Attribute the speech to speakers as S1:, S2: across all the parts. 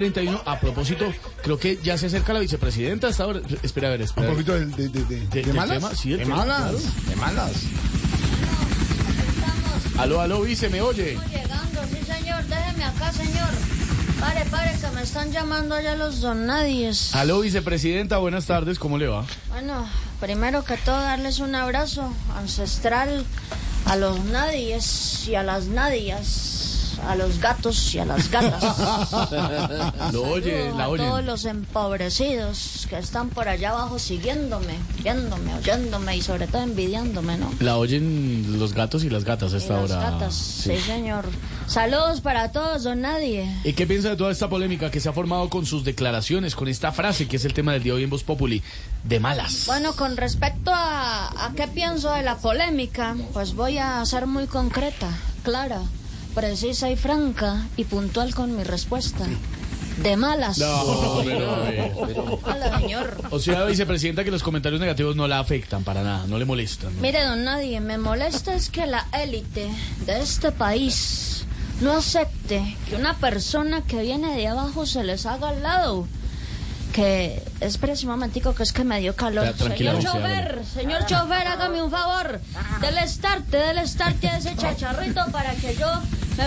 S1: 31, a propósito, creo que ya se acerca la vicepresidenta hasta ahora. Espera, a ver,
S2: Un
S1: espera. a ver.
S2: poquito de, de, de, de-
S1: ¿De-
S2: de
S1: del
S2: malas.
S1: tema? Sí, el
S2: de
S1: tema,
S2: malas. De malas.
S1: Aló, aló, vice, ¿me oye?
S3: Estamos llegando, sí señor, déjeme acá señor. Pare, pare, que me están llamando allá los donadies.
S1: Aló, vicepresidenta, buenas tardes, ¿cómo le va?
S3: Bueno, primero que todo darles un abrazo ancestral a los nadies y a las nadias, a los gatos y a las gatas.
S1: Lo oye,
S3: Saludo
S1: la
S3: a todos
S1: oyen.
S3: los empobrecidos que están por allá abajo siguiéndome, viéndome, oyéndome y sobre todo envidiándome, ¿no?
S1: La oyen los gatos y las gatas a
S3: Y
S1: esta
S3: las
S1: hora.
S3: gatas, sí. señor. Saludos para todos, don nadie.
S1: ¿Y qué piensa de toda esta polémica que se ha formado con sus declaraciones, con esta frase que es el tema del día hoy en Voz Populi, de malas?
S3: Bueno, con respecto a, a qué pienso de la polémica, pues voy a ser muy concreta, clara, precisa y franca y puntual con mi respuesta. De malas.
S1: pero, eh,
S3: Hola, señor.
S1: O sea, vicepresidenta, que los comentarios negativos no la afectan para nada, no le molestan. ¿no?
S3: Mire, don Nadie, me molesta es que la élite de este país no acepte que una persona que viene de abajo se les haga al lado. Que es un momentico que es que me dio calor.
S1: Ya, tranquila,
S3: señor
S1: Lucía,
S3: chofer, señor chofer, hágame un favor. Dele start, dele start a ese chacharrito para que yo me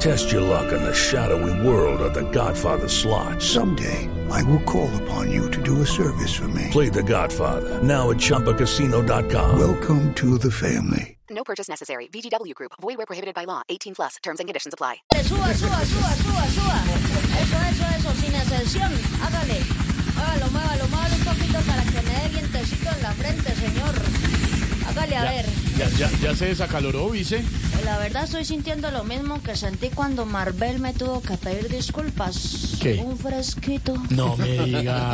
S4: Test your luck in the shadowy world of The Godfather slot.
S5: Someday, I will call upon you to do a service for me.
S4: Play The Godfather now at ChumbaCasino.com.
S5: Welcome to the family.
S6: No purchase necessary. VGW Group. Void where prohibited by law. 18 plus. Terms and conditions apply.
S3: Suba, suba, suba, suba, suba. Eso, eso, eso, sin excepción. Hágale. Hágalo, muévalo, muévalo un poquito para que me dé vientecito en la frente, señor. Hágale, a ver.
S1: Ya, ya, ya se desacaloró, vice.
S3: Pues la verdad estoy sintiendo lo mismo que sentí cuando Marvel me tuvo que pedir disculpas.
S1: ¿Qué?
S3: Un fresquito.
S1: No me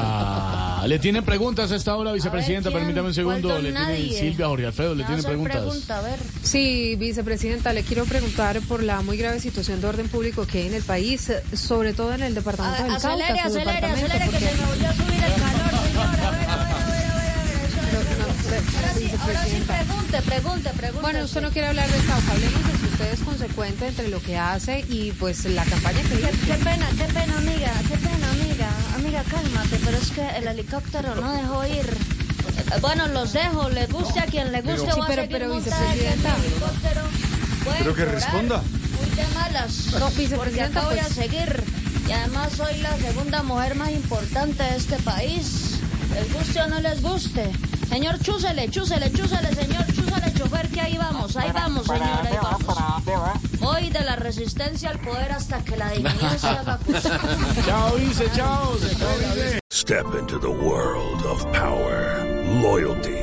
S1: diga. Le tienen preguntas a esta hora, vicepresidenta.
S3: ¿quién?
S1: Permítame un segundo.
S3: ¿Cuál don
S1: Le tiene
S3: nadie?
S1: Silvia, Jorge Alfredo,
S3: Me
S1: le
S3: va a
S1: tienen
S3: hacer
S1: preguntas.
S3: pregunta, a ver.
S7: Sí, vicepresidenta, le quiero preguntar por la muy grave situación de orden público que hay en el país, eh, sobre todo en el
S3: A
S7: departamento
S3: ver,
S7: del Cauca.
S3: acelere,
S7: su
S3: acelere,
S7: departamento,
S3: acelere, que
S7: porque-
S3: se me volvió a subir el calor, señor. A ver, a ver, a ver, a ver, a ver. eso,
S7: Pero,
S3: eso.
S7: no, pero,
S3: Ahora sí, ahora sí,
S7: vicepresidenta.
S3: pregunte, pregunte, pregunte.
S7: Bueno, usted no quiere hablar de Cauca, hablemos de si usted es consecuente entre lo que hace y pues la campaña que
S3: Qué,
S7: viene.
S3: qué pena, qué pena, amiga, qué pena, amiga. Amiga, cálmate, pero es que el helicóptero no dejó ir. Eh, Bueno, los dejo, le guste a quien le guste.
S7: Sí,
S3: voy a
S7: pero-
S3: seguir
S7: pero,
S3: montada en el
S7: vicepresidenta.
S3: helicóptero. Voy a
S2: Pero que
S3: llorar,
S2: responda.
S3: Muy de malas.
S7: No, vicepresidenta,
S3: Porque acá voy a
S7: pues-
S3: seguir. Y además soy la segunda mujer más importante de este país. Les guste o no les guste. Señor, chúsele, chúsele, chúsele, señor, chúsele, chofer, que ahí vamos, ahí vamos, señor, ahí vamos. Hoy de la resistencia al poder hasta que la dignidad se haga justicia.
S1: Chao, vice, chao. Se fue la vice.
S4: Step into the world of power, loyalty,